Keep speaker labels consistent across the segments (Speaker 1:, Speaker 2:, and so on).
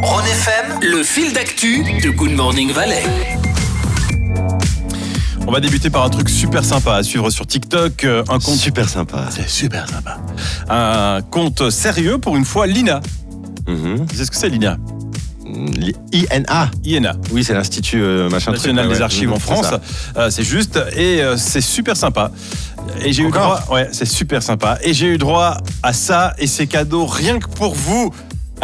Speaker 1: Ron FM, le fil d'actu de Good Morning Valley.
Speaker 2: On va débuter par un truc super sympa à suivre sur TikTok. euh, Un compte,
Speaker 3: Super sympa.
Speaker 2: c'est super sympa. Un compte sérieux pour une fois, Lina.
Speaker 3: Mhm.
Speaker 2: Tu sais ce que c'est, Lina
Speaker 3: Li- INA.
Speaker 2: INA,
Speaker 3: Oui, c'est l'Institut euh, machin truc,
Speaker 2: National
Speaker 3: ouais,
Speaker 2: des
Speaker 3: ouais.
Speaker 2: Archives
Speaker 3: Mhm,
Speaker 2: en
Speaker 3: c'est
Speaker 2: France.
Speaker 3: ça.
Speaker 2: Euh, C'est juste et euh, c'est super sympa. Et j'ai eu droit,
Speaker 3: Encore
Speaker 2: ouais, c'est super sympa. Et j'ai eu droit à ça et ces cadeaux rien que pour vous.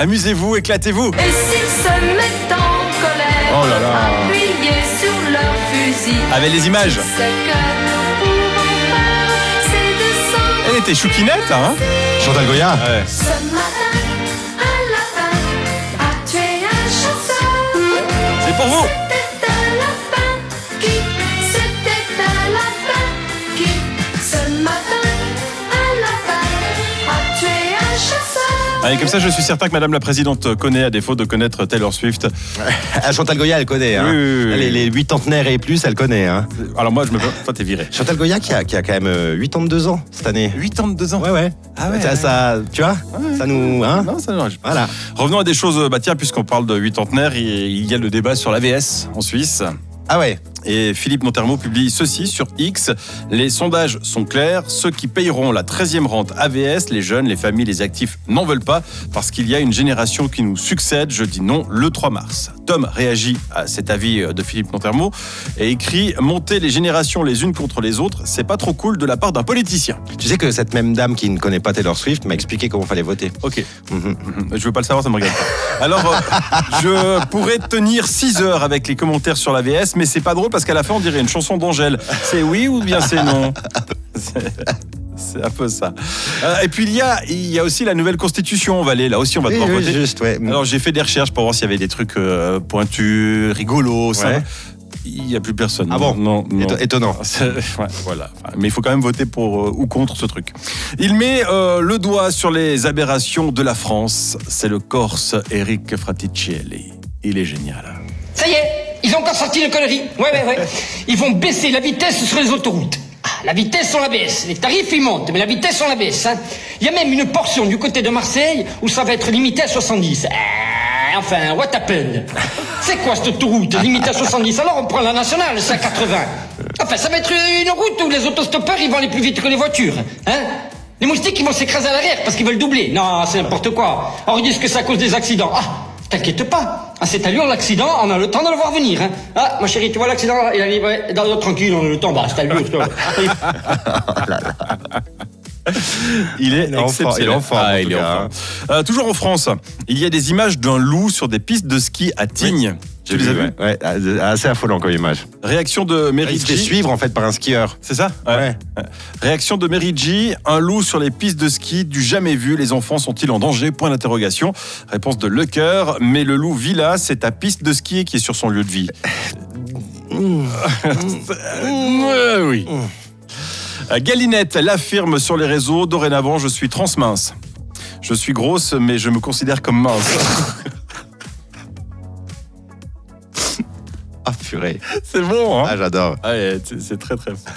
Speaker 2: Amusez-vous, éclatez-vous.
Speaker 4: Et s'ils se mettent en colère,
Speaker 2: Oh là là.
Speaker 4: appuyez sur leur fusil.
Speaker 2: Avec les images.
Speaker 4: Ce que nous pouvons faire, c'est descendre
Speaker 2: Elle était chouquinette, hein
Speaker 3: Chantal Goya
Speaker 2: Ouais.
Speaker 4: ce matin à la fin, à tuer un chasseur.
Speaker 2: C'est pour vous.
Speaker 4: C'était à la fin qui, c'était à la fin qui, ce matin à la fin, a tué un chasseur.
Speaker 2: Allez, comme ça, je suis certain que Madame la Présidente connaît, à défaut de connaître Taylor Swift.
Speaker 3: Ah, Chantal Goya, elle connaît. Hein.
Speaker 2: Oui, oui, oui.
Speaker 3: Elle, Les, huit tentenaires et plus, elle connaît. Hein.
Speaker 2: Alors moi, je me... Toi, t'es viré.
Speaker 3: Chantal Goya qui a, qui a quand même euh, 82 ans cette année.
Speaker 2: 82 ans.
Speaker 3: Ouais, ouais.
Speaker 2: Ah ouais,
Speaker 3: ça,
Speaker 2: ouais.
Speaker 3: ça- tu vois Ça nous. Hein
Speaker 2: Non, ça ne pas.
Speaker 3: Voilà.
Speaker 2: Revenons à des choses, bah tiens, puisqu'on parle de huitentenaire, il y a le débat sur l'AVS en Suisse.
Speaker 3: Ah ouais.
Speaker 2: Et Philippe Montermo publie ceci sur X. Les sondages sont clairs. Ceux qui payeront la 13e rente AVS, les jeunes, les familles, les actifs n'en veulent pas parce qu'il y a une génération qui nous succède. Je dis non le 3 mars. Tom réagit à cet avis de Philippe Montermo et écrit Monter les générations les unes contre les autres, c'est pas trop cool de la part d'un politicien.
Speaker 3: Tu sais que cette même dame qui ne connaît pas Taylor Swift m'a expliqué comment fallait voter.
Speaker 2: Ok.
Speaker 3: Mhm.
Speaker 2: Mhm. Je veux pas le savoir, ça me regarde pas. Alors, euh, je pourrais tenir 6 heures avec les commentaires sur la VS, mais c'est pas drôle parce qu'à la fin, on dirait une chanson d'Angèle. C'est oui ou bien c'est non C'est- C'est un peu ça. Euh, et puis, il y, a, il y a aussi la nouvelle constitution, on va aller là aussi, on va
Speaker 3: Oui,
Speaker 2: devoir
Speaker 3: oui,
Speaker 2: voter.
Speaker 3: juste, ouais.
Speaker 2: Alors, j'ai fait des recherches pour voir s'il y avait des trucs euh, pointus, rigolos, ça.
Speaker 3: Ouais.
Speaker 2: Il n'y a plus personne.
Speaker 3: Ah bon
Speaker 2: Non, non.
Speaker 3: Éton- étonnant.
Speaker 2: C'est- ouais, Mmh. voilà. Enfin, Mais il faut quand même voter pour euh, ou contre ce truc. Il met euh, le doigt sur les aberrations de la France. C'est le Corse Eric Fraticelli. Il est génial.
Speaker 5: Ça y est, ils ont encore sorti une connerie. Ouais, ouais, ouais. Ils vont baisser la vitesse sur les autoroutes. Ah, La vitesse, on la baisse. Les tarifs, ils montent, mais la vitesse, on la baisse. hein. Il y a même une portion du côté de Marseille où ça va être limité à 70. Ah, enfin, what happened C'est quoi cette autoroute limitée à 70 Alors on prend la nationale, c'est à 80. Enfin, ça va être une route où les autostoppeurs, ils vont aller plus vite que les voitures. Hein les moustiques, ils vont s'écraser à l'arrière parce qu'ils veulent doubler. Non, c'est n'importe quoi. Alors ils disent que c'est à cause des accidents. Ah, t'inquiète pas. À cette allure, l'accident, on a le temps de le voir venir. hein. Ah, ma chérie, tu vois l'accident là Il arrive ouais, dans le tranquille, on a le temps. Bah, à cette allure, tu vois.
Speaker 2: Il est
Speaker 3: Ah, Il est en forme,
Speaker 2: exceptionnel.
Speaker 3: il est en forme,
Speaker 2: Ah,
Speaker 3: en
Speaker 2: il
Speaker 3: tout
Speaker 2: est en
Speaker 3: cas,
Speaker 2: forme. Euh, toujours en France, il y a des images d'un loup sur des pistes de ski à Tignes. Tu les as vues
Speaker 3: ouais. Ouais, ah, assez affolant comme image. Ah,
Speaker 2: Réaction de
Speaker 3: Il
Speaker 2: Mary
Speaker 3: se fait
Speaker 2: G.
Speaker 3: suivre en fait par un skieur.
Speaker 2: C'est ça Réaction de Mary G. Un loup sur les pistes de ski du jamais vu. Les enfants sont-ils en danger Point d'interrogation. Réponse de Lecoeur. Mais le loup vit là. C'est ta piste de ski qui est sur son lieu de vie.
Speaker 3: Mm,
Speaker 2: Euh, oui. Euh, Galinette l'affirme sur les réseaux. Dorénavant, je suis transmince. Je suis grosse, mais je me considère comme mince.
Speaker 3: Ah purée.
Speaker 2: C'est bon, hein
Speaker 3: Ah j'adore.
Speaker 2: Ah ouais, c'est- c'est très très fort.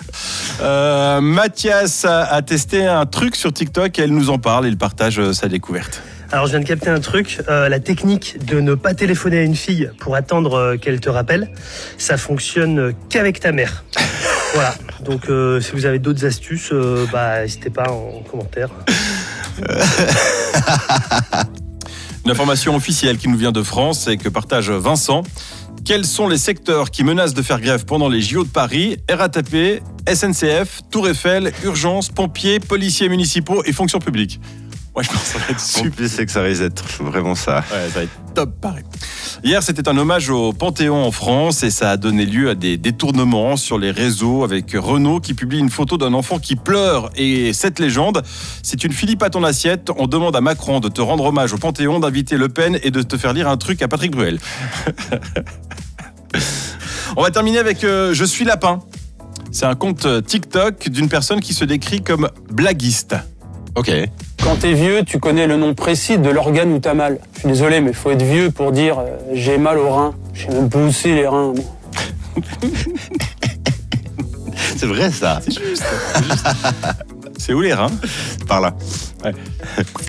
Speaker 2: Euh, Mathias a, a testé un truc sur TikTok et elle nous en parle, il partage euh, sa découverte.
Speaker 6: Alors je viens de capter un truc, euh, la technique de ne pas téléphoner à une fille pour attendre euh, qu'elle te rappelle, ça fonctionne euh, qu'avec ta mère. voilà, donc euh, si vous avez d'autres astuces, euh, bah n'hésitez pas en commentaire.
Speaker 2: Une information officielle qui nous vient de France et que partage Vincent. Quels sont les secteurs qui menacent de faire grève pendant les JO de Paris RATP, SNCF, Tour Eiffel, Urgence, pompiers, policiers municipaux et fonctions publiques. Ouais, je pense que ça va être
Speaker 3: En
Speaker 2: super.
Speaker 3: plus, c'est que ça risque d'être vraiment ça.
Speaker 2: Ouais, ça va être top pareil. Hier, c'était un hommage au Panthéon en France et ça a donné lieu à des détournements sur les réseaux avec Renault qui publie une photo d'un enfant qui pleure et cette légende, si tu ne finis pas ton assiette, on demande à Macron de te rendre hommage au Panthéon, d'inviter Le Pen et de te faire lire un truc à Patrick Bruel. on va terminer avec euh, Je suis lapin. C'est un compte TikTok d'une personne qui se décrit comme blaguiste.
Speaker 3: Ok.
Speaker 7: Quand t'es vieux, tu connais le nom précis de l'organe où t'as mal. Je suis désolé, mais faut être vieux pour dire euh, j'ai mal aux reins. J'ai même poussé les reins. moi.
Speaker 3: C'est vrai ça.
Speaker 2: C'est où les reins
Speaker 3: Par là.